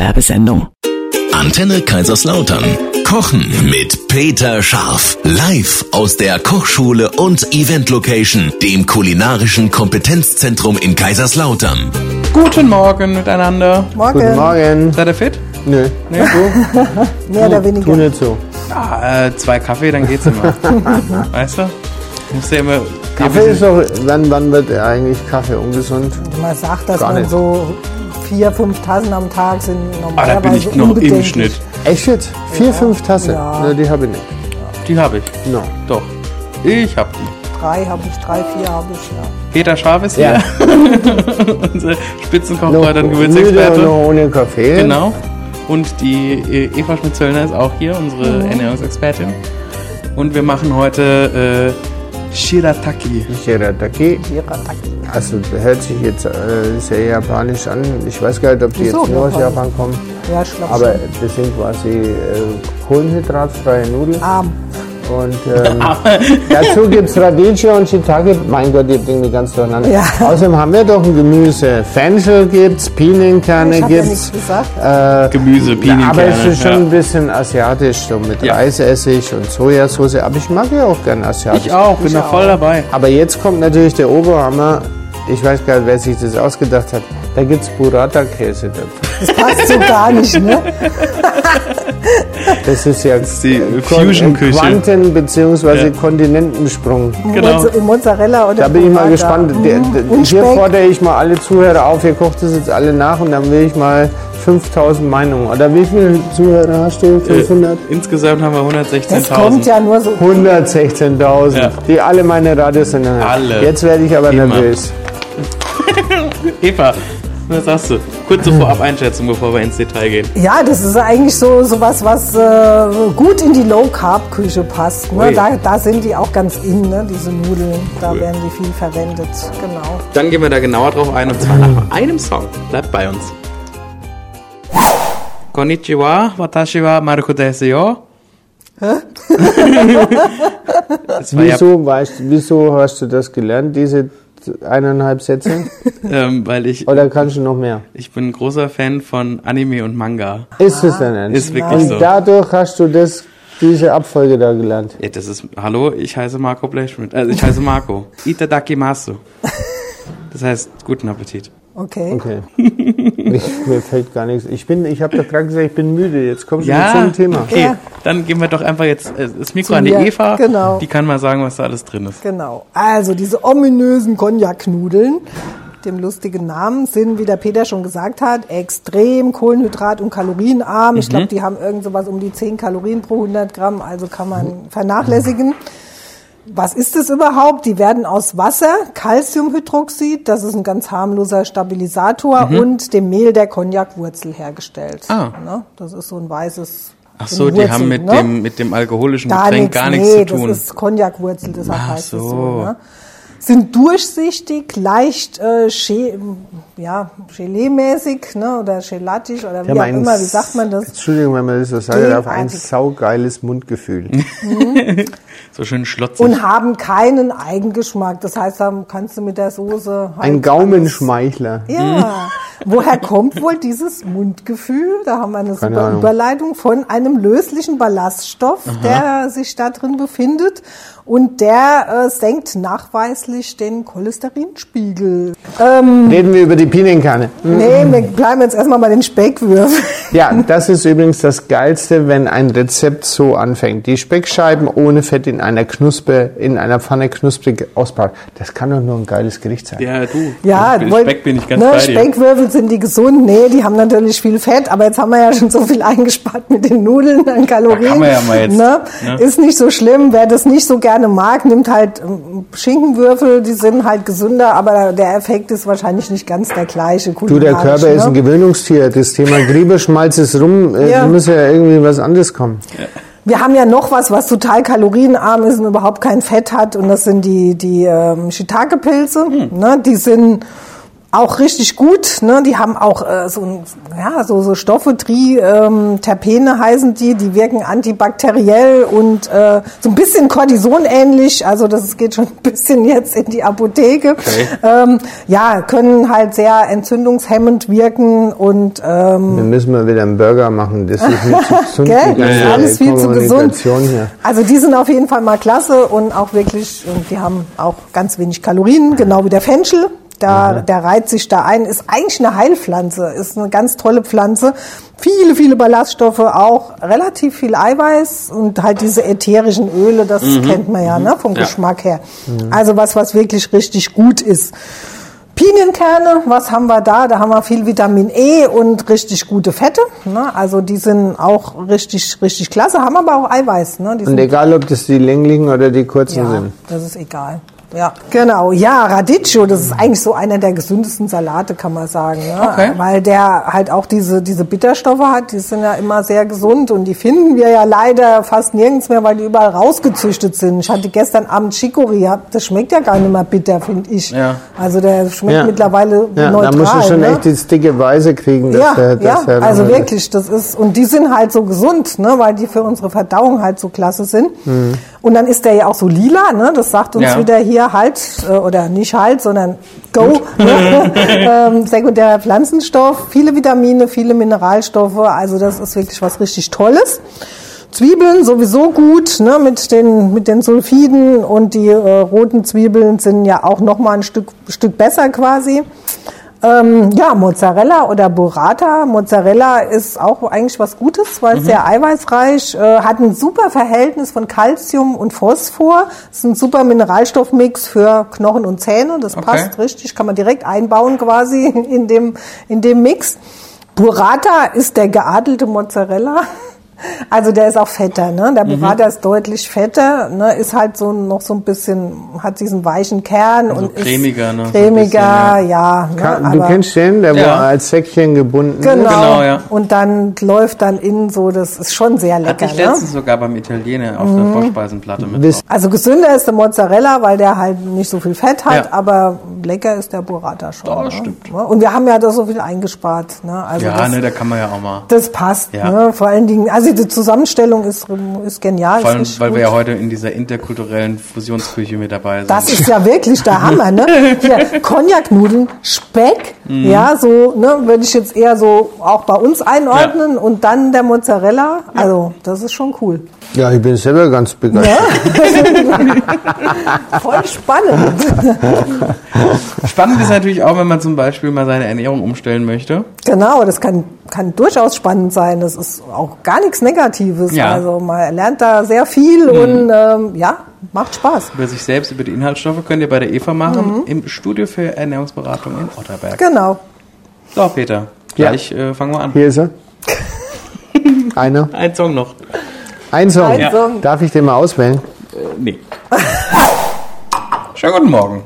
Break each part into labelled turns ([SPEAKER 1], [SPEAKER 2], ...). [SPEAKER 1] Dauerwerbesendung.
[SPEAKER 2] Antenne Kaiserslautern. Kochen mit Peter Scharf. Live aus der Kochschule und Event Location, dem kulinarischen Kompetenzzentrum in Kaiserslautern.
[SPEAKER 3] Guten Morgen miteinander.
[SPEAKER 4] Morgen.
[SPEAKER 5] Guten Morgen.
[SPEAKER 3] Seid ihr fit?
[SPEAKER 5] Nö.
[SPEAKER 3] Nee, du?
[SPEAKER 4] Mehr oder
[SPEAKER 5] Tu
[SPEAKER 4] weniger.
[SPEAKER 5] nicht so.
[SPEAKER 3] Ah, äh, zwei Kaffee, dann geht's immer. weißt du? Musst ja immer.
[SPEAKER 5] Kaffee ist doch, wann, wann wird eigentlich Kaffee ungesund?
[SPEAKER 4] Man sagt, dass
[SPEAKER 5] Gar
[SPEAKER 4] man
[SPEAKER 5] nicht.
[SPEAKER 4] so vier, fünf Tassen am Tag sind normalerweise
[SPEAKER 3] Ah, da bin ich noch im
[SPEAKER 4] unbedenklich.
[SPEAKER 3] Schnitt.
[SPEAKER 5] Echt jetzt? Vier, fünf Tasse?
[SPEAKER 4] Ja.
[SPEAKER 5] Ne, die habe ich nicht.
[SPEAKER 3] Die habe ich.
[SPEAKER 5] No.
[SPEAKER 3] Doch. Ich hab die.
[SPEAKER 4] Drei habe ich, drei, vier habe ich. Ja.
[SPEAKER 3] Peter Scharf ist hier.
[SPEAKER 5] Ja.
[SPEAKER 3] Unser Spitzenkoch
[SPEAKER 5] No,
[SPEAKER 3] bei der
[SPEAKER 5] müde und
[SPEAKER 3] Gewürzexperte.
[SPEAKER 5] noch ohne Kaffee.
[SPEAKER 3] Genau. Und die äh, Eva Schmidt-Zöllner ist auch hier, unsere Ernährungsexpertin. Und wir machen heute äh, Shirataki.
[SPEAKER 5] Shirataki.
[SPEAKER 4] Shirataki.
[SPEAKER 5] Also hört sich jetzt äh, sehr japanisch an. Ich weiß gar nicht, ob die
[SPEAKER 4] Wieso?
[SPEAKER 5] jetzt nur aus
[SPEAKER 4] Japan.
[SPEAKER 5] Japan kommen.
[SPEAKER 4] Ja, ich glaube
[SPEAKER 5] Aber das sind quasi äh, kohlenhydratfreie
[SPEAKER 4] Ah,
[SPEAKER 5] Nudeln.
[SPEAKER 4] Arm.
[SPEAKER 5] Und ähm, dazu gibt es Radicchio und Shiitake. Mein Gott, die Dinge ganz durcheinander.
[SPEAKER 4] Ja.
[SPEAKER 5] Außerdem haben wir doch ein Gemüse. Fenchel gibt's, Pinienkerne
[SPEAKER 4] Ich habe ja nichts
[SPEAKER 5] gibt's.
[SPEAKER 4] gesagt.
[SPEAKER 5] äh,
[SPEAKER 3] Gemüse, Pinienkerne.
[SPEAKER 5] aber es ist schon
[SPEAKER 3] ja.
[SPEAKER 5] ein bisschen asiatisch, so mit
[SPEAKER 3] Ja.
[SPEAKER 5] Reisessig und Sojasauce. Aber ich mag ja auch gern asiatisch.
[SPEAKER 3] Ich auch, bin da voll dabei.
[SPEAKER 5] Aber jetzt kommt natürlich der Oberhammer. Ich weiß gar nicht, wer sich das ausgedacht hat. Da gibt's Burrata-Käse dazu.
[SPEAKER 4] Das passt so gar nicht, ne?
[SPEAKER 5] Das ist ja
[SPEAKER 3] ist die Fusion-Küche.
[SPEAKER 5] Quanten- bzw.
[SPEAKER 3] Ja.
[SPEAKER 5] Kontinentensprung.
[SPEAKER 3] Genau.
[SPEAKER 4] Mozza- Mozzarella oder
[SPEAKER 5] Da bin ich mal
[SPEAKER 4] Burrata.
[SPEAKER 5] gespannt. Der, der,
[SPEAKER 4] Mhm. Und
[SPEAKER 5] hier
[SPEAKER 4] Speck.
[SPEAKER 5] fordere ich mal alle Zuhörer auf, ihr kocht das jetzt alle nach und dann will ich mal 5000 Meinungen. Oder wie viele Zuhörer hast
[SPEAKER 3] Äh.
[SPEAKER 5] du? 500?
[SPEAKER 3] Insgesamt haben wir 116.000.
[SPEAKER 4] Das kommt ja nur so.
[SPEAKER 5] 116.000,
[SPEAKER 3] Ja.
[SPEAKER 5] die alle meine Radiosender hören.
[SPEAKER 3] Alle.
[SPEAKER 5] Jetzt werde ich aber
[SPEAKER 3] Immer. Ah,
[SPEAKER 5] nervös.
[SPEAKER 3] Eva, was sagst du? Kurze Vorab-Einschätzung, bevor wir ins Detail gehen.
[SPEAKER 4] Ja, das ist eigentlich so sowas, was äh, gut in die Low-Carb-Küche passt. Ne?
[SPEAKER 3] Ui.
[SPEAKER 4] Da, da sind die auch ganz in, ne? diese Nudeln. Da werden die viel verwendet. Genau.
[SPEAKER 3] Dann gehen wir da genauer drauf ein und zwar nach einem Song. Bleibt bei uns. Konnichiwa, watashi wa Maruko desu yo. das war ja,
[SPEAKER 5] Wieso, weißt, wieso hast du das gelernt, diese eineinhalb Sätze?
[SPEAKER 3] ähm, weil ich,
[SPEAKER 5] Oder kannst du noch mehr?
[SPEAKER 3] ich bin ein großer Fan von Anime und Manga.
[SPEAKER 5] Ist es denn ernst?
[SPEAKER 3] Ist wirklich
[SPEAKER 5] und
[SPEAKER 3] so.
[SPEAKER 5] dadurch hast du das, diese Abfolge da gelernt.
[SPEAKER 3] Ja, das ist, hallo, ich heiße Marco Blechschmidt. Also ich heiße Marco. Itadakimasu. Das heißt, guten Appetit.
[SPEAKER 4] Okay.
[SPEAKER 5] Okay. ich, mir fällt gar nichts. Ich bin, ich habe doch gerade gesagt, ich bin müde. Jetzt kommst du mit so einem Thema.
[SPEAKER 3] Okay,
[SPEAKER 4] Ja.
[SPEAKER 3] dann geben wir doch einfach jetzt äh, das Mikro
[SPEAKER 4] Zu
[SPEAKER 3] an die
[SPEAKER 4] mir,
[SPEAKER 3] Eva.
[SPEAKER 4] genau.
[SPEAKER 3] Die kann mal sagen, was da alles drin ist.
[SPEAKER 4] Genau. Also diese ominösen Cognac-Nudeln, dem lustigen Namen, sind, wie der Peter schon gesagt hat, extrem kohlenhydrat- und kalorienarm. Ich
[SPEAKER 3] Mhm.
[SPEAKER 4] glaube, die haben irgend sowas um die 10 Kalorien pro 100 Gramm, also kann man vernachlässigen. Was ist das überhaupt? Die werden aus Wasser, Calciumhydroxid, das ist ein ganz harmloser Stabilisator, und dem Mehl der Cognacwurzel hergestellt.
[SPEAKER 3] Mhm. Ah.
[SPEAKER 4] Ne? Das ist so ein weißes.
[SPEAKER 3] Ach
[SPEAKER 4] so
[SPEAKER 3] so,
[SPEAKER 4] eine
[SPEAKER 3] die
[SPEAKER 4] Wurzel,
[SPEAKER 3] haben mit
[SPEAKER 4] ne?
[SPEAKER 3] dem mit dem alkoholischen
[SPEAKER 4] gar
[SPEAKER 3] Getränk
[SPEAKER 4] nichts,
[SPEAKER 3] gar nichts
[SPEAKER 4] nee,
[SPEAKER 3] zu tun.
[SPEAKER 4] das ist Cognac-Wurzel, deshalb
[SPEAKER 3] Ach
[SPEAKER 4] heißt es
[SPEAKER 3] so.
[SPEAKER 4] so. Ne? Sind durchsichtig, leicht äh, Ge ja, Gelee-mäßig ne? oder gelatisch oder wie
[SPEAKER 5] Ja,
[SPEAKER 4] auch
[SPEAKER 5] mein
[SPEAKER 4] immer, wie sagt man das?
[SPEAKER 5] Entschuldigung, wenn man das so sagt, aber ein
[SPEAKER 4] Gelartig.
[SPEAKER 5] saugeiles Mundgefühl.
[SPEAKER 3] so schön schlotzig.
[SPEAKER 4] Und haben keinen Eigengeschmack. Das heißt, dann kannst du mit der Soße halt
[SPEAKER 5] Ein Gaumenschmeichler. Mhm.
[SPEAKER 4] Ja. Woher kommt wohl dieses Mundgefühl? Da haben wir eine
[SPEAKER 5] Keine
[SPEAKER 4] super
[SPEAKER 5] Ahnung.
[SPEAKER 4] Überleitung von einem löslichen Ballaststoff, der sich da drin befindet. Und der äh, senkt nachweislich den Cholesterinspiegel.
[SPEAKER 5] Reden wir über die Pinienkerne.
[SPEAKER 4] Nee, wir bleiben jetzt erstmal bei den Speckwürfeln.
[SPEAKER 5] Ja, das ist übrigens das Geilste, wenn ein Rezept so anfängt. Die Speckscheiben ohne Fett in einer Knuspe, in einer Pfanne knusprig ausbacken. Das kann doch nur ein geiles Gericht sein.
[SPEAKER 3] ja, du.
[SPEAKER 4] Ja,
[SPEAKER 3] ich bin,
[SPEAKER 4] wollt-
[SPEAKER 3] Also Speck bin ich ganz
[SPEAKER 4] ne,
[SPEAKER 3] bei dir.
[SPEAKER 4] Speckwürfel sind die gesund. Nee, die haben natürlich viel Fett, aber jetzt haben wir ja schon so viel eingespart mit den Nudeln an Kalorien.
[SPEAKER 3] Da kann man ja mal jetzt,
[SPEAKER 4] ne?
[SPEAKER 3] ne?
[SPEAKER 4] Ist nicht so schlimm. Wer das nicht so gerne mag, nimmt halt ähm, Schinkenwürfel, die sind halt gesünder, aber der Effekt ist wahrscheinlich nicht ganz der gleiche.
[SPEAKER 5] Du, der
[SPEAKER 4] kulinarisch,
[SPEAKER 5] Körper ist ein
[SPEAKER 4] ne?
[SPEAKER 5] Gewöhnungstier. Das Thema Griebeschmalz ist rum. Äh,
[SPEAKER 4] Ja.
[SPEAKER 5] Muss ja irgendwie was anderes kommen.
[SPEAKER 4] Wir haben ja noch was, was total kalorienarm ist und überhaupt kein Fett hat, und das sind die, die ähm, Shiitake-Pilze. Ne? Die sind auch richtig gut. Ne? Die haben auch äh, so, ein- ja, so, so Stoffe, Tri, ähm, Terpene heißen die, die wirken antibakteriell und äh, so ein bisschen Cortison ähnlich. Also das geht schon ein bisschen jetzt in die Apotheke. Ähm, ja, können halt sehr entzündungshemmend wirken und ähm,
[SPEAKER 5] Dann müssen wir wieder einen Burger machen. Das ist nicht zu gesund.
[SPEAKER 4] Gell?
[SPEAKER 5] die
[SPEAKER 4] Das
[SPEAKER 5] ganze
[SPEAKER 4] ist alles viel zu gesund.
[SPEAKER 5] Kommunikation Hier.
[SPEAKER 4] Also die sind auf jeden Fall mal klasse und auch wirklich, und die haben auch ganz wenig Kalorien, genau wie der Fenchel. Da, Der reiht sich da ein, ist eigentlich eine Heilpflanze, ist eine ganz tolle Pflanze. Viele, viele Ballaststoffe, auch relativ viel Eiweiß und halt diese ätherischen Öle, das kennt man ja ne, vom
[SPEAKER 3] Ja.
[SPEAKER 4] Geschmack her. Also was, was wirklich richtig gut ist. Pinienkerne, was haben wir da? Da haben wir viel Vitamin E und richtig gute Fette. Ne? Also die sind auch richtig, richtig klasse, haben aber auch Eiweiß. Ne? Die
[SPEAKER 5] Und
[SPEAKER 4] sind-
[SPEAKER 5] egal, ob das die länglichen oder die kurzen
[SPEAKER 4] ja,
[SPEAKER 5] sind.
[SPEAKER 4] das ist egal. Ja, genau. Ja, Radicchio, das ist eigentlich so einer der gesündesten Salate, kann man sagen. Ne?
[SPEAKER 3] Okay.
[SPEAKER 4] Weil der halt auch diese, diese Bitterstoffe hat, die sind ja immer sehr gesund und die finden wir ja leider fast nirgends mehr, weil die überall rausgezüchtet sind. Ich hatte gestern Abend Chicorée, hab- das schmeckt ja gar nicht mehr bitter, finde ich.
[SPEAKER 3] Ja.
[SPEAKER 4] Also der schmeckt mittlerweile
[SPEAKER 5] ja,
[SPEAKER 4] neutral.
[SPEAKER 5] Da musst du schon
[SPEAKER 4] ne?
[SPEAKER 5] echt die dicke Weise kriegen. Dass
[SPEAKER 4] Ja,
[SPEAKER 5] der, dass
[SPEAKER 4] ja
[SPEAKER 5] der halt-
[SPEAKER 4] also
[SPEAKER 5] noch-
[SPEAKER 4] wirklich, das ist, und die sind halt so gesund, ne, weil die für unsere Verdauung halt so klasse sind.
[SPEAKER 5] Mhm.
[SPEAKER 4] Und dann ist der ja auch so lila, ne, das sagt uns
[SPEAKER 3] Ja.
[SPEAKER 4] wieder hier halt, äh, oder nicht halt, sondern go, ne? ähm, sekundärer Pflanzenstoff, viele Vitamine, viele Mineralstoffe, also das ist wirklich was richtig Tolles. Zwiebeln sowieso gut, ne, mit den mit den Sulfiden und die äh, roten Zwiebeln sind ja auch noch mal ein Stück Stück besser quasi. Ähm, ja, Mozzarella oder Burrata. Mozzarella ist auch eigentlich was Gutes, weil es
[SPEAKER 3] Mhm.
[SPEAKER 4] sehr eiweißreich, äh, hat ein super Verhältnis von Calcium und Phosphor. Ist ein super Mineralstoffmix für Knochen und Zähne. Das passt richtig, kann man direkt einbauen quasi in, in dem in dem Mix. Burrata ist der geadelte Mozzarella. Also der ist auch fetter, ne? Der
[SPEAKER 3] Mhm.
[SPEAKER 4] Burrata ist deutlich fetter, ne? Ist halt so noch so ein bisschen, hat diesen weichen Kern
[SPEAKER 3] Also
[SPEAKER 4] und ist
[SPEAKER 3] cremiger, ne? So ein
[SPEAKER 4] Cremiger,
[SPEAKER 3] bisschen, ja.
[SPEAKER 4] ja.
[SPEAKER 5] Ka-
[SPEAKER 4] ne,
[SPEAKER 5] du
[SPEAKER 4] aber-
[SPEAKER 5] kennst den, der
[SPEAKER 3] Ja.
[SPEAKER 5] war als Säckchen gebunden.
[SPEAKER 4] genau.
[SPEAKER 3] Genau, ja.
[SPEAKER 4] Und dann läuft dann innen so, das ist schon sehr
[SPEAKER 3] Hatte
[SPEAKER 4] lecker.
[SPEAKER 3] ich
[SPEAKER 4] Ne? Mhm.
[SPEAKER 3] letztens sogar beim Italiener auf der Vorspeisenplatte mit.
[SPEAKER 5] Wisst-
[SPEAKER 3] drauf.
[SPEAKER 4] Also gesünder ist der Mozzarella, weil der halt nicht so viel Fett hat,
[SPEAKER 3] Ja.
[SPEAKER 4] aber lecker ist der Burrata schon.
[SPEAKER 3] Ja,
[SPEAKER 4] ne?
[SPEAKER 3] stimmt.
[SPEAKER 4] Und wir haben ja da so viel eingespart. Ne? Also
[SPEAKER 3] Ja,
[SPEAKER 4] das,
[SPEAKER 3] ne, da kann man ja auch mal.
[SPEAKER 4] das passt.
[SPEAKER 3] Ja.
[SPEAKER 4] Ne? Vor allen Dingen, also die Zusammenstellung ist, ist genial.
[SPEAKER 3] Vor allem,
[SPEAKER 4] ist richtig
[SPEAKER 3] weil wir ja
[SPEAKER 4] gut.
[SPEAKER 3] heute in dieser interkulturellen Fusionsküche mit dabei sind.
[SPEAKER 4] Das ist ja wirklich der Hammer, ne? Hier, Cognac-Nudeln, Speck, ja, so, ne, würde ich jetzt eher so auch bei uns einordnen und dann der Mozzarella. Also, das ist schon cool.
[SPEAKER 5] Ja, ich bin selber ganz begeistert.
[SPEAKER 4] Voll spannend.
[SPEAKER 3] Spannend ist natürlich auch, wenn man zum Beispiel mal seine Ernährung umstellen möchte.
[SPEAKER 4] genau, das kann, kann durchaus spannend sein. Das ist auch gar nichts Negatives.
[SPEAKER 3] Ja.
[SPEAKER 4] Also, man lernt da sehr viel und ähm, ja, macht Spaß.
[SPEAKER 3] Über sich selbst, über die Inhaltsstoffe könnt ihr bei der Eva machen, im Studio für Ernährungsberatung in Otterberg.
[SPEAKER 4] Genau.
[SPEAKER 3] So, Peter,
[SPEAKER 5] Ja.
[SPEAKER 3] gleich äh, fangen wir an.
[SPEAKER 5] Hier ist er. Einer.
[SPEAKER 3] Ein Song noch.
[SPEAKER 5] Ein Song.
[SPEAKER 4] Ein Ja. Song.
[SPEAKER 5] Darf ich den mal auswählen?
[SPEAKER 3] Nee. Schönen guten Morgen.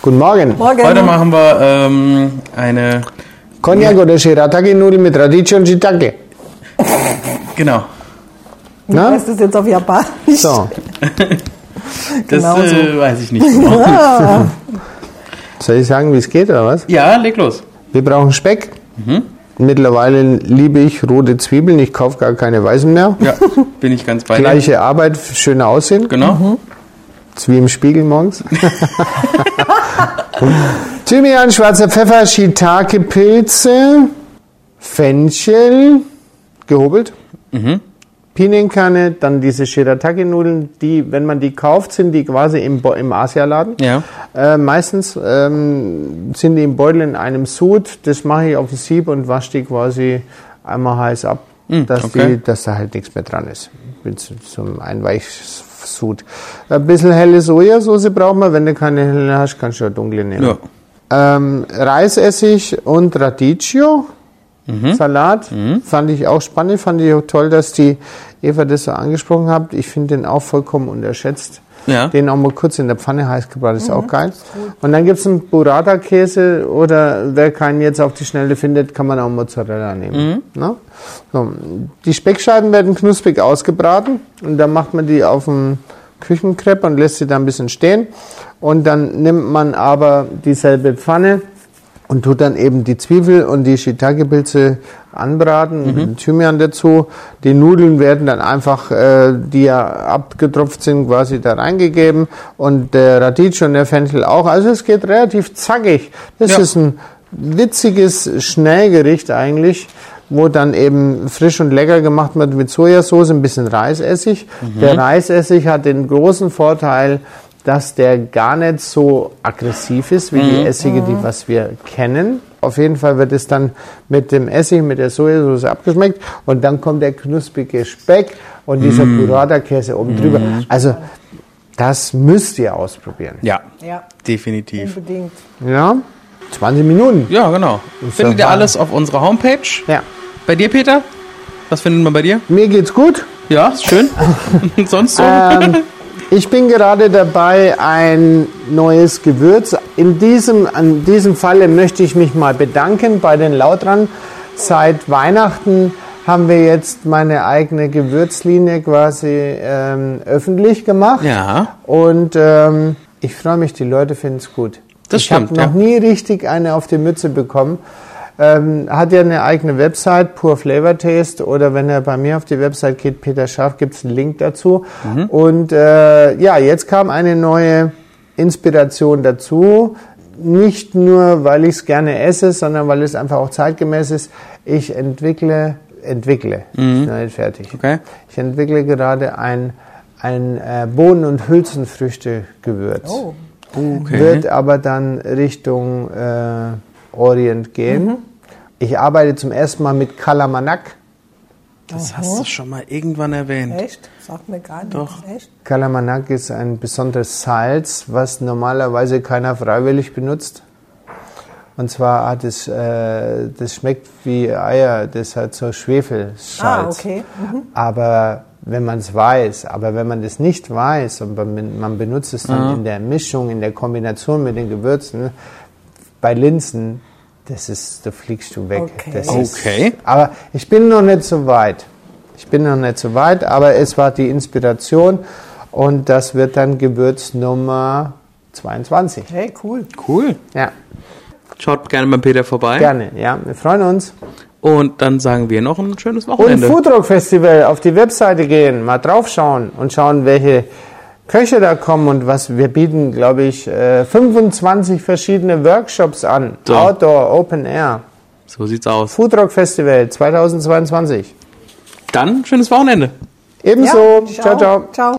[SPEAKER 5] Guten Morgen.
[SPEAKER 4] Morgen.
[SPEAKER 3] Heute machen wir ähm, eine.
[SPEAKER 5] Cognac oder Shirataki-Nudeln mit Radicchio und Shiitake.
[SPEAKER 3] Genau.
[SPEAKER 4] Du
[SPEAKER 5] Na?
[SPEAKER 4] weißt es jetzt auf Japanisch.
[SPEAKER 5] So,
[SPEAKER 3] Das
[SPEAKER 4] Genau
[SPEAKER 3] äh,
[SPEAKER 4] so.
[SPEAKER 3] weiß ich nicht. Genau.
[SPEAKER 5] soll ich sagen, wie es geht oder was?
[SPEAKER 3] ja, leg los.
[SPEAKER 5] Wir brauchen Speck. Mittlerweile liebe ich rote Zwiebeln. Ich kaufe gar keine weißen mehr.
[SPEAKER 3] Ja, bin ich ganz bei dir.
[SPEAKER 5] Gleiche Arbeit, schöner Aussehen.
[SPEAKER 3] Genau.
[SPEAKER 5] Ist wie im Spiegel morgens. Thymian, schwarzer Pfeffer, Shiitake, Pilze, Fenchel, gehobelt.
[SPEAKER 3] Mhm.
[SPEAKER 5] Pinienkerne, dann diese Shirataki-Nudeln, die, wenn man die kauft, sind die quasi im, Bo- im Asialaden.
[SPEAKER 3] Ja.
[SPEAKER 5] Äh, meistens ähm, sind die im Beutel in einem Sud. Das mache ich auf dem Sieb und wasche die quasi einmal heiß ab, dass,
[SPEAKER 3] Hm, okay.
[SPEAKER 5] die, dass da halt nichts mehr dran ist. Mit so, so einem Einweichsud. Ein bisschen helle Sojasauce braucht man. Wenn du keine helle hast, kannst du ja dunkle nehmen.
[SPEAKER 3] Ja.
[SPEAKER 5] Ähm, Reisessig und Radicchio. Salat fand ich auch spannend, fand ich auch toll, dass die Eva das so angesprochen hat. Ich finde den auch vollkommen unterschätzt.
[SPEAKER 3] Ja.
[SPEAKER 5] Den auch mal kurz in der Pfanne heiß gebraten, ist auch geil. Und dann gibt's einen Burrata-Käse oder wer keinen jetzt auf die Schnelle findet, kann man auch Mozzarella nehmen. Ne? So, die Speckscheiben werden knusprig ausgebraten und dann macht man die auf dem Küchenkrepp und lässt sie da ein bisschen stehen. Und dann nimmt man aber dieselbe Pfanne, Und tut dann eben die Zwiebel und die Shiitake-Pilze anbraten, mit dem Thymian dazu. Die Nudeln werden dann einfach, äh, die ja abgetropft sind, quasi da reingegeben. Und der Radicchio und der Fenchel auch. Also es geht relativ zackig. Das
[SPEAKER 3] Ja.
[SPEAKER 5] ist ein witziges Schnellgericht eigentlich, wo dann eben frisch und lecker gemacht wird mit Sojasauce, ein bisschen Reisessig. Der Reisessig hat den großen Vorteil, dass der gar nicht so aggressiv ist wie die Essige, die was wir kennen. Auf jeden Fall wird es dann mit dem Essig, mit der Sojasauce abgeschmeckt und dann kommt der knusprige Speck und dieser Burrata-Käse oben drüber. Also das müsst ihr ausprobieren.
[SPEAKER 3] Ja,
[SPEAKER 4] Ja.
[SPEAKER 3] definitiv.
[SPEAKER 4] Unbedingt.
[SPEAKER 5] Ja, 20 Minuten.
[SPEAKER 3] Ja, genau. Findet ihr alles auf unserer Homepage.
[SPEAKER 5] Ja.
[SPEAKER 3] Bei dir, Peter? Was findet man bei dir?
[SPEAKER 5] Mir geht's gut.
[SPEAKER 3] Ja, ist schön. Und Sonst so?
[SPEAKER 5] Ähm, ich bin gerade dabei, ein neues Gewürz. In diesem, an diesem Falle möchte ich mich mal bedanken bei den Lautrern. Seit Weihnachten haben wir jetzt meine eigene Gewürzlinie quasi ähm, öffentlich gemacht.
[SPEAKER 3] Ja.
[SPEAKER 5] Und ähm, ich freue mich, die Leute finden es gut.
[SPEAKER 3] Das
[SPEAKER 5] ich habe
[SPEAKER 3] stimmt,
[SPEAKER 5] noch
[SPEAKER 3] ja.
[SPEAKER 5] nie richtig eine auf die Mütze bekommen. Ähm, hat ja eine eigene Website, Pure Flavor Taste, oder wenn er bei mir auf die Website geht, Peter Scharf, gibt's einen Link dazu. Und äh, ja, jetzt kam eine neue Inspiration dazu. Nicht nur, weil ich's gerne esse, sondern weil es einfach auch zeitgemäß ist. Ich entwickle, entwickle, ist noch nicht fertig.
[SPEAKER 3] Okay.
[SPEAKER 5] Ich entwickle gerade ein, ein äh, Bohnen- und Hülsenfrüchte-Gewürz.
[SPEAKER 4] Oh.
[SPEAKER 3] Okay.
[SPEAKER 5] Wird aber dann Richtung äh, Orient gehen.
[SPEAKER 4] Mhm.
[SPEAKER 5] Ich arbeite zum ersten Mal mit Kalamanak.
[SPEAKER 3] Das hast du schon mal irgendwann erwähnt.
[SPEAKER 4] Echt? Sagt mir gar nichts.
[SPEAKER 3] Doch.
[SPEAKER 4] Echt?
[SPEAKER 5] Kalamanak ist ein besonderes Salz, was normalerweise keiner freiwillig benutzt. Und zwar hat es, äh, das schmeckt wie Eier, das hat so Schwefelsalz.
[SPEAKER 4] Ah, okay. Mhm.
[SPEAKER 5] Aber wenn man es weiß, aber wenn man das nicht weiß und man man benutzt es dann
[SPEAKER 4] Mhm.
[SPEAKER 5] in der Mischung, in der Kombination mit den Gewürzen, bei Linsen, das ist, da fliegst du weg.
[SPEAKER 4] Okay.
[SPEAKER 5] Das ist,
[SPEAKER 3] Okay.
[SPEAKER 5] Aber ich bin noch nicht so weit. Ich bin noch nicht so weit, aber es war die Inspiration und das wird dann Gewürz Nummer 22.
[SPEAKER 4] Hey, cool.
[SPEAKER 3] Cool.
[SPEAKER 5] Ja,
[SPEAKER 3] Schaut gerne beim Peter vorbei.
[SPEAKER 5] gerne. Ja, wir freuen uns.
[SPEAKER 3] Und dann sagen wir noch ein schönes
[SPEAKER 5] Und
[SPEAKER 3] Wochenende.
[SPEAKER 5] Foodrock Festival auf die Webseite gehen, mal draufschauen und schauen, welche Köche da kommen und was wir bieten, glaube ich, äh, 25 verschiedene Workshops an.
[SPEAKER 3] So.
[SPEAKER 5] Outdoor, Open Air.
[SPEAKER 3] So sieht's aus.
[SPEAKER 5] Foodrock Festival 2022.
[SPEAKER 3] Dann schönes Wochenende.
[SPEAKER 5] Ebenso.
[SPEAKER 4] Ja,
[SPEAKER 5] ciao. ciao.
[SPEAKER 4] Ciao.